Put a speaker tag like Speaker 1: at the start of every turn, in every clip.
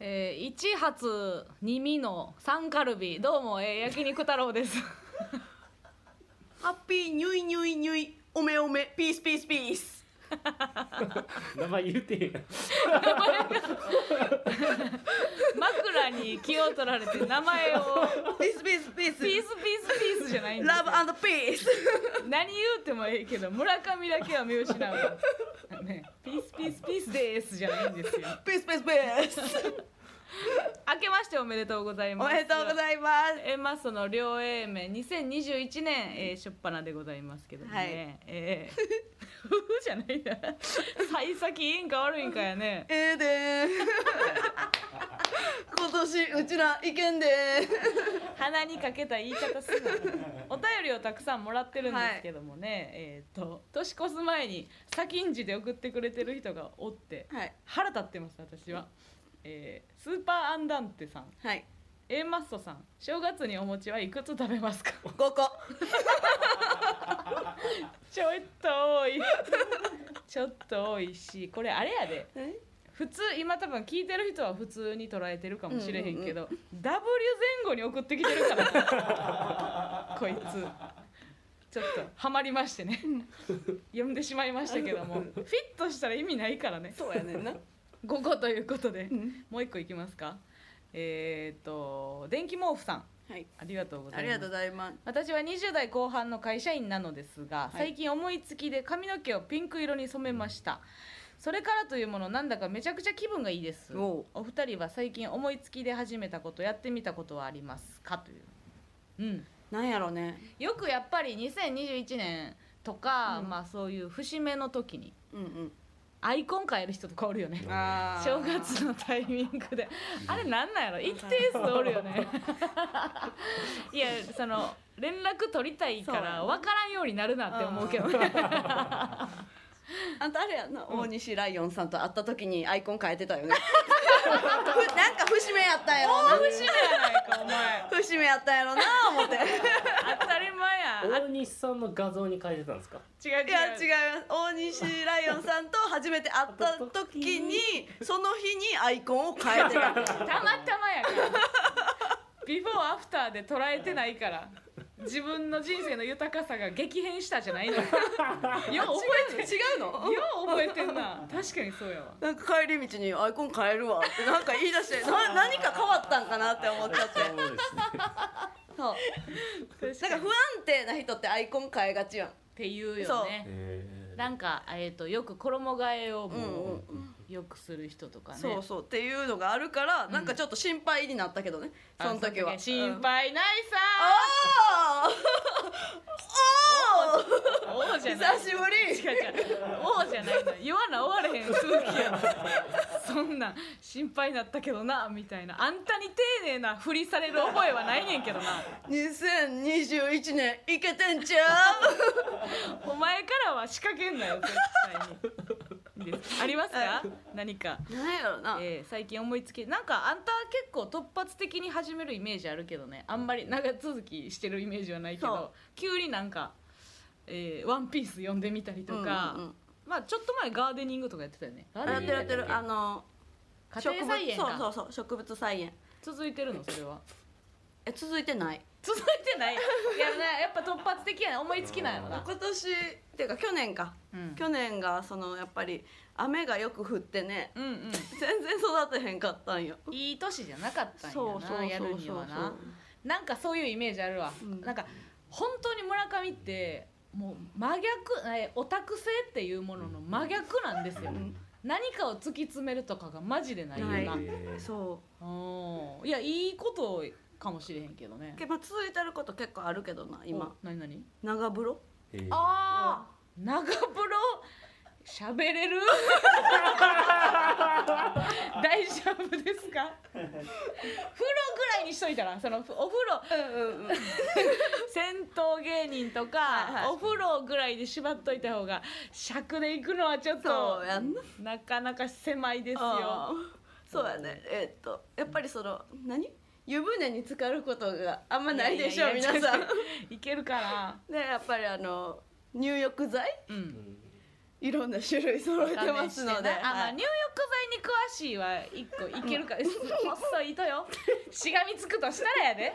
Speaker 1: えー、一発二味の三カルビどうも、えー、焼肉太郎です
Speaker 2: ハッピーニュイニュイニュイおめおめピースピースピース
Speaker 3: 名前言うてへんやん
Speaker 1: 枕に気を取られて名前を
Speaker 2: ピースピースピース
Speaker 1: ピースピースピースじゃないんです
Speaker 2: ラ
Speaker 1: よ
Speaker 2: ブピース
Speaker 1: 何言うてもええけど村上だけは見失うわ、ね、ピースピースピースですじゃないんですよ
Speaker 2: ピースピースピース
Speaker 1: 明けましておめでとうござい
Speaker 2: お
Speaker 1: ます
Speaker 2: めでとうございます
Speaker 1: えーマストの両 A 面2021年、えー、初っ端でございますけどもね、
Speaker 2: はい
Speaker 1: えー 夫婦じゃないな幸先いいんか悪いんかやね
Speaker 2: ええでー 今年うちらいけんでー
Speaker 1: 鼻にかけた言い方するな お便りをたくさんもらってるんですけどもね、えーっと年越す前に先んじで送ってくれてる人がおって
Speaker 2: はい
Speaker 1: 腹立ってます私は、えースーパーアンダンテさん
Speaker 2: はい
Speaker 1: A マストさん正月にお餅はいくつ食べますか
Speaker 2: 5個
Speaker 1: ちょっと多い ちょっと多いしこれあれやで
Speaker 2: え
Speaker 1: 普通今多分聞いてる人は普通に捉えてるかもしれへんけど、W 前後に送ってきてるから こいつちょっとハマりましてね読んでしまいましたけどもフィットしたら意味ないからね
Speaker 2: そうやねんな
Speaker 1: 5個ということで、
Speaker 2: うん
Speaker 1: もう一個いきますかえーっと電気毛布さん
Speaker 2: はい
Speaker 1: ありがとうござ
Speaker 2: あ
Speaker 1: い
Speaker 2: り
Speaker 1: ま
Speaker 2: が
Speaker 1: す
Speaker 2: とうございます
Speaker 1: 私は20代後半の会社員なのですが、
Speaker 2: い
Speaker 1: 最近思いつきで髪の毛をピンク色に染めましたそれからというものなんだかめちゃくちゃ気分がいいです
Speaker 2: おう
Speaker 1: お二人は最近思いつきで始めたことやってみたことはありますかといううん
Speaker 2: なんやろね
Speaker 1: よくやっぱり2021年とか、
Speaker 2: うん
Speaker 1: まあそういう節目の時に
Speaker 2: うん
Speaker 1: アイコン変える人とかおるよね
Speaker 2: うんあ
Speaker 1: 正月のタイミングであれなんなんやろ一定数おるよ ねいやその連絡取りたいから分からんようになるなって思うけ どね
Speaker 2: あんたあれやな、大西ライオンさんと会った時にアイコン変えてた よねふなんか節目やったんやろな
Speaker 1: 節目やないかお前
Speaker 2: 節目やったんやろな思 って
Speaker 1: 当たり前や
Speaker 3: 大西さんの画像に変えてたんですか
Speaker 1: 違う違う
Speaker 2: いや違います大西ライオンさんと初めて会った時にその日にアイコンを変 えてた
Speaker 1: たまたまやからビフォーアフターで捉えてないから自分の人生の豊かさが激変したじゃない のよよう覚えて
Speaker 2: 違うの
Speaker 1: よう覚えてんな確かにそうやわ
Speaker 2: なんか帰り道にアイコン変えるわってなんか言い出 してな何か変わったんかなって思っちゃって
Speaker 3: そうですね
Speaker 2: そう
Speaker 1: 確
Speaker 2: なんか不安定な人ってアイコン変えがちやん
Speaker 1: っていうよ
Speaker 2: そ
Speaker 1: ね
Speaker 3: えー
Speaker 1: なんか、えー、とよく衣替えを
Speaker 2: うんうん
Speaker 1: もうよくする人とかね、
Speaker 2: そうそうっていうのがあるからなんかちょっと心配になったけどね
Speaker 1: あ
Speaker 2: その時は
Speaker 1: 心配ないさ
Speaker 2: あーおー
Speaker 1: ーおうじゃない
Speaker 2: 久しぶり
Speaker 1: 違う違うおうじゃないな言わな終われへん空気や なそんなん心配になったけどなみたいなあんたに丁寧なふりされる覚えはないねんけどな
Speaker 2: 2021年いけてんちゃう
Speaker 1: お前からは仕掛けんなよ絶対にですありますか何か、
Speaker 2: なんやろな、
Speaker 1: えー最近思いつきなんかあんた結構突発的に始めるイメージあるけどねあんまり長続きしてるイメージはないけ
Speaker 2: そう
Speaker 1: ど急になんか、えーワンピース」読んでみたりとか、
Speaker 2: うんうんうん
Speaker 1: まあちょっと前ガーデニングとかやってたよねガー
Speaker 2: あや
Speaker 1: デ
Speaker 2: っ
Speaker 1: ニング
Speaker 2: てるやってるあの
Speaker 1: 家庭菜園か
Speaker 2: 植物そうそうそう植物菜園
Speaker 1: 続いてるのそれは
Speaker 2: え続いてない
Speaker 1: 続いてないいやなやっぱ突発的やね思いつきなんやろな、
Speaker 2: 今年っていうか去年か、
Speaker 1: うん、
Speaker 2: 去年がそのやっぱり雨がよく降ってね
Speaker 1: うん
Speaker 2: 全然育てへんかったんよ
Speaker 1: うんいい年じゃなかったんやなやるにはななんかそういうイメージあるわ、
Speaker 2: うん
Speaker 1: なんか本当に村上ってもう真逆えオタク性っていうものの真逆なんですよ、
Speaker 2: ん
Speaker 1: 何かを突き詰めるとかがマジでないよ
Speaker 2: な
Speaker 1: な、
Speaker 2: い
Speaker 3: えー
Speaker 2: そ
Speaker 1: うんいやいいことかもしれへんけどね
Speaker 2: うけまあ続いてること結構あるけどな今
Speaker 1: お何何
Speaker 2: 長風呂
Speaker 3: えー
Speaker 1: ああ長風呂喋れ る大丈夫ですか風呂ぐらいにしといたらそのお風呂
Speaker 2: うんうんうん
Speaker 1: 銭湯芸人とか、
Speaker 2: はいはい
Speaker 1: お風呂ぐらいで縛っといた方が尺で行くのはちょっと
Speaker 2: そうやんな
Speaker 1: なかなか狭いです
Speaker 2: あ
Speaker 1: よ
Speaker 2: ーそうやねえーっとやっぱりその何湯船に浸かることがあんまないでしょう
Speaker 1: いやいや
Speaker 2: 皆
Speaker 1: いや
Speaker 2: さん
Speaker 1: いけるかな
Speaker 2: でやっぱりあの入浴剤
Speaker 1: う
Speaker 3: うんん
Speaker 2: いろんな種類揃えてますので、
Speaker 1: あ、ま
Speaker 2: は
Speaker 1: あ
Speaker 2: い
Speaker 1: 入浴剤に詳しいは一個いけるか細い糸 よしがみつくとしたらやで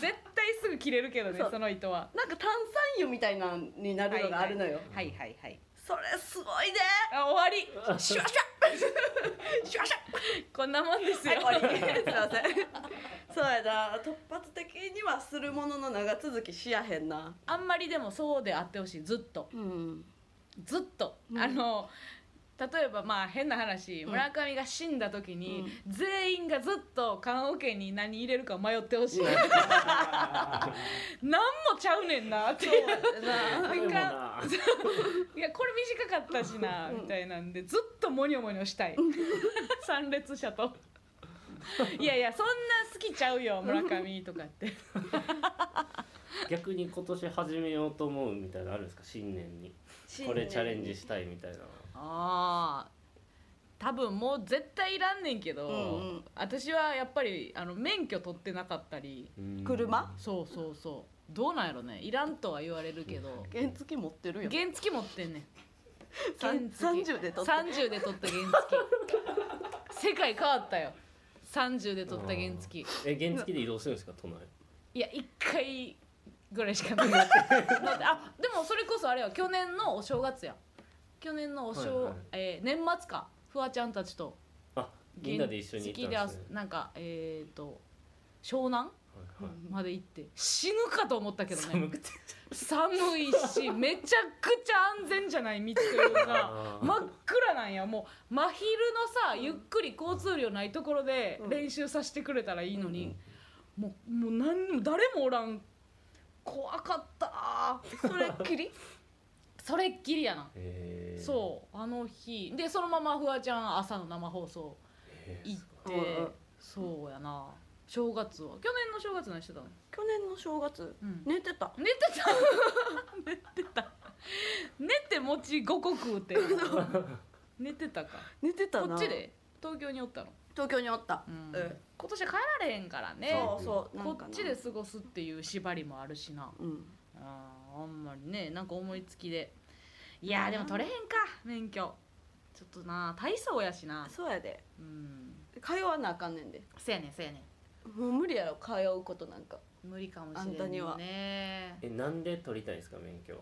Speaker 1: 絶対すぐ切れるけどね
Speaker 2: そう
Speaker 1: その糸は
Speaker 2: なんか炭酸油みたいなんになるのがあるのよ、
Speaker 1: はいはいはい
Speaker 2: それすごいね
Speaker 1: あ終 わり
Speaker 2: シュワシュワシュワシュワ
Speaker 1: こんなもんです
Speaker 2: はい、
Speaker 1: よ
Speaker 2: 終わりすいません。そうやな、突発的にはするものの長続きしやへんな。
Speaker 1: あんまりでもそうであってほしいずっと
Speaker 2: うん。
Speaker 1: ずっと、
Speaker 2: うん
Speaker 1: あの例えばまあ変な話
Speaker 2: うん
Speaker 1: 村上が死んだ時に、全員がずっと棺桶に何入れるか迷ってほ しい何もちゃうねんなっていう
Speaker 2: な。
Speaker 3: でもな。
Speaker 1: いやこれ短かったしな
Speaker 2: うん
Speaker 1: みたいなんでずっとモニョモニョしたい 参列者といやいやそんな好きちゃうよ村上とかって
Speaker 3: 逆に今年始めようと思うみたいなのあるんですか新年にこれチャレンジ
Speaker 2: し。
Speaker 3: したいみたいなのは
Speaker 1: ああ多分もう絶対いらんねんけど、
Speaker 2: うんうん
Speaker 1: 私はやっぱりあの免許取ってなかったり
Speaker 3: うん
Speaker 2: 車
Speaker 1: そうそうそうどうなんやろねいらんとは言われるけど
Speaker 2: 原付持ってるよ。
Speaker 1: 原付持ってん ねん
Speaker 2: さん
Speaker 1: 原付
Speaker 2: 30で取った
Speaker 1: 30で取った原付世界変わったよ30で取った原付
Speaker 3: え原付で移動するんですか都内
Speaker 1: いや1回ぐらいしかない あでもそれこそあれよ去年のお正月や去年のお正、
Speaker 3: はいはい
Speaker 1: えー年末かフワちゃんたちと
Speaker 3: あみんなで一緒に行った
Speaker 1: 原
Speaker 3: んです
Speaker 1: 付
Speaker 3: ね
Speaker 1: でなんかえっ、と湘南
Speaker 3: はいはい
Speaker 1: まで行って死ぬかと思ったけどね
Speaker 3: 寒くて
Speaker 1: 寒いしめちゃくちゃ安全じゃない道という か
Speaker 3: あー
Speaker 1: 真っ暗なんやもう真昼のさゆっくり交通量ないところで
Speaker 2: うん
Speaker 1: 練習させてくれたらいいのに、もうもう何にも誰もおらん怖かったそれっきりそれっきりやな
Speaker 3: へー
Speaker 1: そうあの日でそのままフワちゃん朝の生放送
Speaker 3: へー
Speaker 1: 行っ
Speaker 2: う
Speaker 1: て
Speaker 2: んうん
Speaker 1: そうやな正月は去年の正月何してたの、
Speaker 2: 去年の正月。
Speaker 1: うん
Speaker 2: 寝てた。
Speaker 1: 寝てた 寝てた寝て餅5個食うて寝てたか
Speaker 2: 寝てた
Speaker 1: こ
Speaker 2: な。
Speaker 1: っち。で東京におったの、
Speaker 2: 東京におった。
Speaker 1: う
Speaker 2: うんん。
Speaker 1: 今年は帰られへんからね
Speaker 2: そうそう。なん
Speaker 1: こ
Speaker 2: かな
Speaker 1: っちで。過ごすっていう縛りもあるしな
Speaker 2: うん。
Speaker 1: あーあんまりねなんか思いつきでいやーでも取れへんか免許ちょっとな体操やしな
Speaker 2: そうやで。
Speaker 1: うん
Speaker 2: 通わなあかんねんで。
Speaker 1: せやねんせやね
Speaker 2: もう無理やろ通うことなんか。
Speaker 1: ん無理かも
Speaker 2: あ
Speaker 1: し
Speaker 2: ん
Speaker 1: れ
Speaker 2: た
Speaker 1: ん
Speaker 2: には
Speaker 1: ね
Speaker 3: えなんで取りたいんですか免許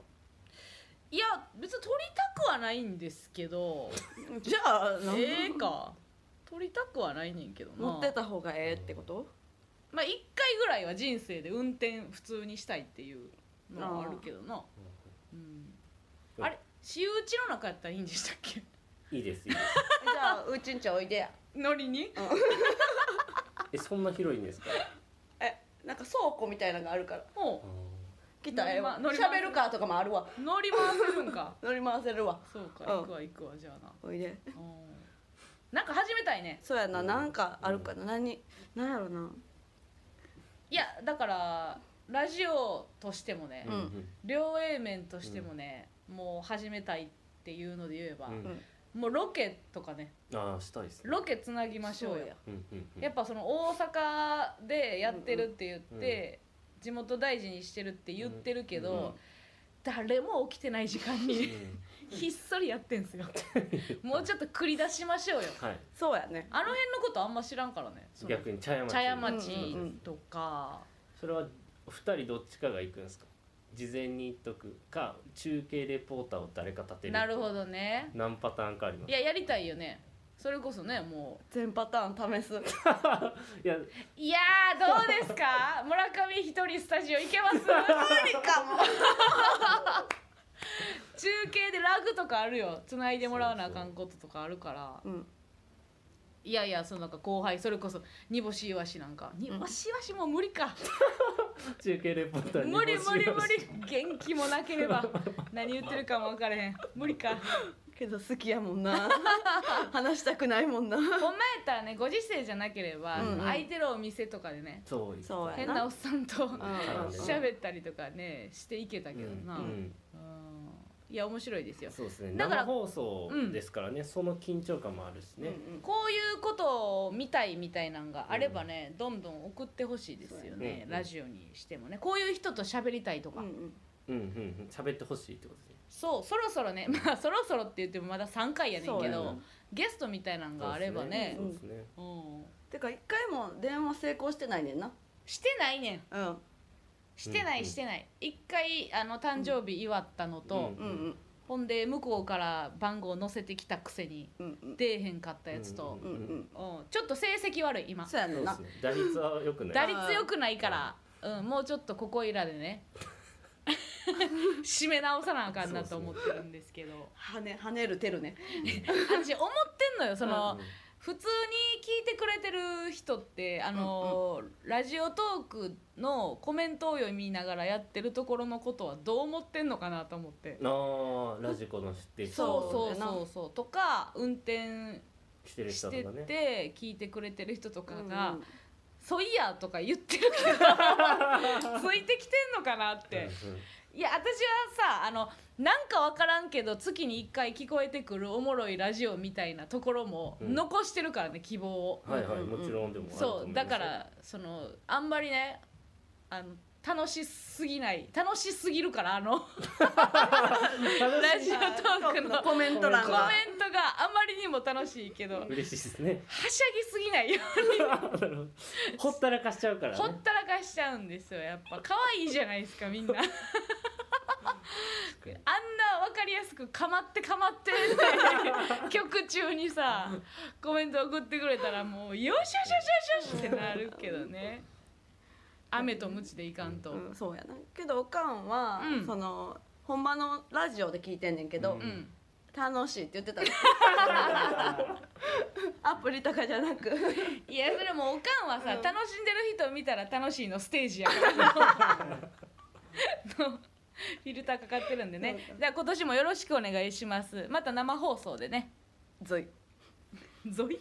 Speaker 1: いや別に取りたくはないんですけど
Speaker 2: じゃあなん
Speaker 1: ええか取りたくはないねんけどな
Speaker 2: 持ってた方がええってこと？
Speaker 1: まあ1回ぐらいは人生で運転普通にしたいっていうのはあるけどなうん
Speaker 3: うん
Speaker 1: あれ私有地の中やったらいいんでしたっけ
Speaker 3: いいですいい
Speaker 2: じ
Speaker 3: です
Speaker 2: ゃあうちんちおいでや。
Speaker 1: ノリに
Speaker 3: えそんな広いんですか
Speaker 2: えなんか倉庫みたいなのがあるから
Speaker 1: も
Speaker 2: 来たらええわ
Speaker 1: 乗りま
Speaker 2: 喋るかとかもあるわ
Speaker 1: う乗り回せるん か
Speaker 2: 乗り回せるわ
Speaker 1: そうか行
Speaker 2: うん
Speaker 1: くわ行くわじゃあな
Speaker 2: おいで
Speaker 1: うんなんか始めたいね
Speaker 2: そうやななんかあるかな何何やろない
Speaker 1: やだからラジオとしてもね、
Speaker 3: うんうん
Speaker 1: 両 A 面としてもね、もう始めたいっていうので言えば、
Speaker 3: うん
Speaker 1: もうロケとかね
Speaker 3: ああしたいですね
Speaker 1: ロケつなぎましょうよ
Speaker 2: そうや
Speaker 3: うんうんうん
Speaker 1: やっぱその大阪でやってるって言って、地元大事にしてるって言ってるけど、
Speaker 3: うん
Speaker 2: うん
Speaker 1: 誰も起きてない時間
Speaker 3: う
Speaker 1: に
Speaker 3: ん
Speaker 1: ひっそりやってん すよもうちょっと繰り出しましょうよ
Speaker 3: はい
Speaker 2: そうやね
Speaker 1: あの辺のことあんま知らんからねその
Speaker 3: 逆に茶屋町
Speaker 1: 茶屋
Speaker 2: う
Speaker 1: 町
Speaker 2: んうんうん
Speaker 1: とか、
Speaker 3: それは二人どっちかが行くんですか事前に言っとくか中継レポーターを誰か立てる
Speaker 1: なるほどね
Speaker 3: 何パターンかありま
Speaker 1: い
Speaker 3: す
Speaker 1: ややりたいよねそれこそねも
Speaker 2: 全パターン試す
Speaker 3: いや
Speaker 1: ういやーどうです か村上一人スタジオ行けます
Speaker 2: 無理かも
Speaker 1: 中継でラグとかあるよ繋いでもらわなあかんこととかあるから
Speaker 2: うん
Speaker 1: いやいやそのなんか後輩それこそ煮干しイワシなんか煮干しイワシも無理か、
Speaker 3: 中継レポーターに
Speaker 1: 無理
Speaker 3: 募集
Speaker 1: 無理
Speaker 3: を
Speaker 1: 無
Speaker 3: し
Speaker 1: 理元気もなければ何言ってるかも分からへん無理か
Speaker 2: けど好きやもん な話したくないもんな
Speaker 1: ほんまやったらねご時世じゃなければ、
Speaker 3: うんうん
Speaker 1: 空いてるお店とかでね
Speaker 3: そう
Speaker 2: そうや
Speaker 1: 変なおっさんと
Speaker 2: うん
Speaker 1: 喋ったりとかねしていけた
Speaker 3: う
Speaker 1: けど
Speaker 3: ん
Speaker 1: な、
Speaker 3: う
Speaker 1: うん
Speaker 3: ん
Speaker 1: いや面白いですよ
Speaker 3: そうですね
Speaker 1: だから
Speaker 3: 生放送ですからねその緊張感もあるし
Speaker 2: うんう
Speaker 3: ね
Speaker 2: ん
Speaker 1: こういうことを見たいみたいなんがあればね、どんどん送ってほしいですよね
Speaker 3: そうやね
Speaker 1: ラジオにしてもねこういう人と喋りたいとか、
Speaker 2: うんうん
Speaker 3: うんうんうん喋ってほしいってことですね
Speaker 1: そうそろそろね まあそろそろって言ってもまだ3回やねん
Speaker 2: そう
Speaker 1: け
Speaker 2: や
Speaker 1: ど
Speaker 3: ね
Speaker 1: ゲストみたいなんがあればね
Speaker 3: そうですね
Speaker 1: うん
Speaker 2: てか一回も電話成功してないねんな
Speaker 1: してないねん
Speaker 2: うん
Speaker 1: してな
Speaker 3: うんう
Speaker 1: い
Speaker 3: ん
Speaker 1: してない一回あの誕生日祝ったのと、
Speaker 3: う
Speaker 2: う
Speaker 3: ん
Speaker 2: んうん
Speaker 1: ほんで向こうから番号載せてきたくせに
Speaker 2: うんうん
Speaker 1: 出えへんかったやつと、
Speaker 2: うんうん
Speaker 1: うんちょっと成績悪い今
Speaker 2: そうや
Speaker 3: そ
Speaker 2: ね
Speaker 3: うんで
Speaker 2: な
Speaker 3: すね打率は良くな
Speaker 1: 打
Speaker 3: い
Speaker 1: 率良くないから、うん、もうちょっとここいらでね締め直さなあかんなと思ってるんですけど
Speaker 2: 跳ね跳ねるてるね
Speaker 1: 私思ってんのよその、
Speaker 3: うん
Speaker 1: 普通に聞いてくれてる人ってあのー、ラジオトークのコメントを読みながらやってるところのことはどう思ってんのかなと思って。
Speaker 3: あーラジコの知ってる人
Speaker 1: そうそう
Speaker 2: そうやな
Speaker 1: そうそうとか運転
Speaker 3: してる人
Speaker 1: し
Speaker 3: と
Speaker 1: て
Speaker 3: かね
Speaker 1: て聞いてくれてる人とかが
Speaker 2: うんうん
Speaker 1: 「そういや」とか言ってるけ どついてきてんのかなって
Speaker 3: うんうん
Speaker 1: いや私はさあのなんか分からんけど月に1回聞こえてくるおもろいラジオみたいなところも
Speaker 3: うん
Speaker 1: 残してるからね希望を。
Speaker 3: はいはい、
Speaker 2: うんうんうん
Speaker 3: もちろんでもあると思
Speaker 1: そ
Speaker 3: います
Speaker 1: うだからそのあんまりねあの楽しすぎない楽しすぎるからあのラジオトークのコ
Speaker 2: コメント欄が
Speaker 1: メントがあまりにも楽しいけどは
Speaker 3: 嬉しいですね
Speaker 1: しゃぎすぎないよ
Speaker 3: なるほどほったらかしちゃうからね
Speaker 1: ほったらかしちゃうんですよやっぱ可愛いじゃないですかみんな あんな分かりやすく「かまってかま って」って曲中にさコメント送ってくれたらもう「よしよしよしよしよし」ってなるけどね雨とムチでいかんと。
Speaker 2: うんそうやなけどおかんは、
Speaker 1: うん
Speaker 2: そのほんまのラジオで聞いてんねんけど、
Speaker 3: うん
Speaker 1: うん
Speaker 2: 楽しいって言って たアプリとかじゃな く
Speaker 1: いやそれもうおかんはさ、
Speaker 2: うん
Speaker 1: 楽しんでる人見たら楽しいのステージやから のフィルターかかってるんでねじゃあ今年もよろしくお願いしますまた生放送でね
Speaker 2: ゾイ
Speaker 1: ぞい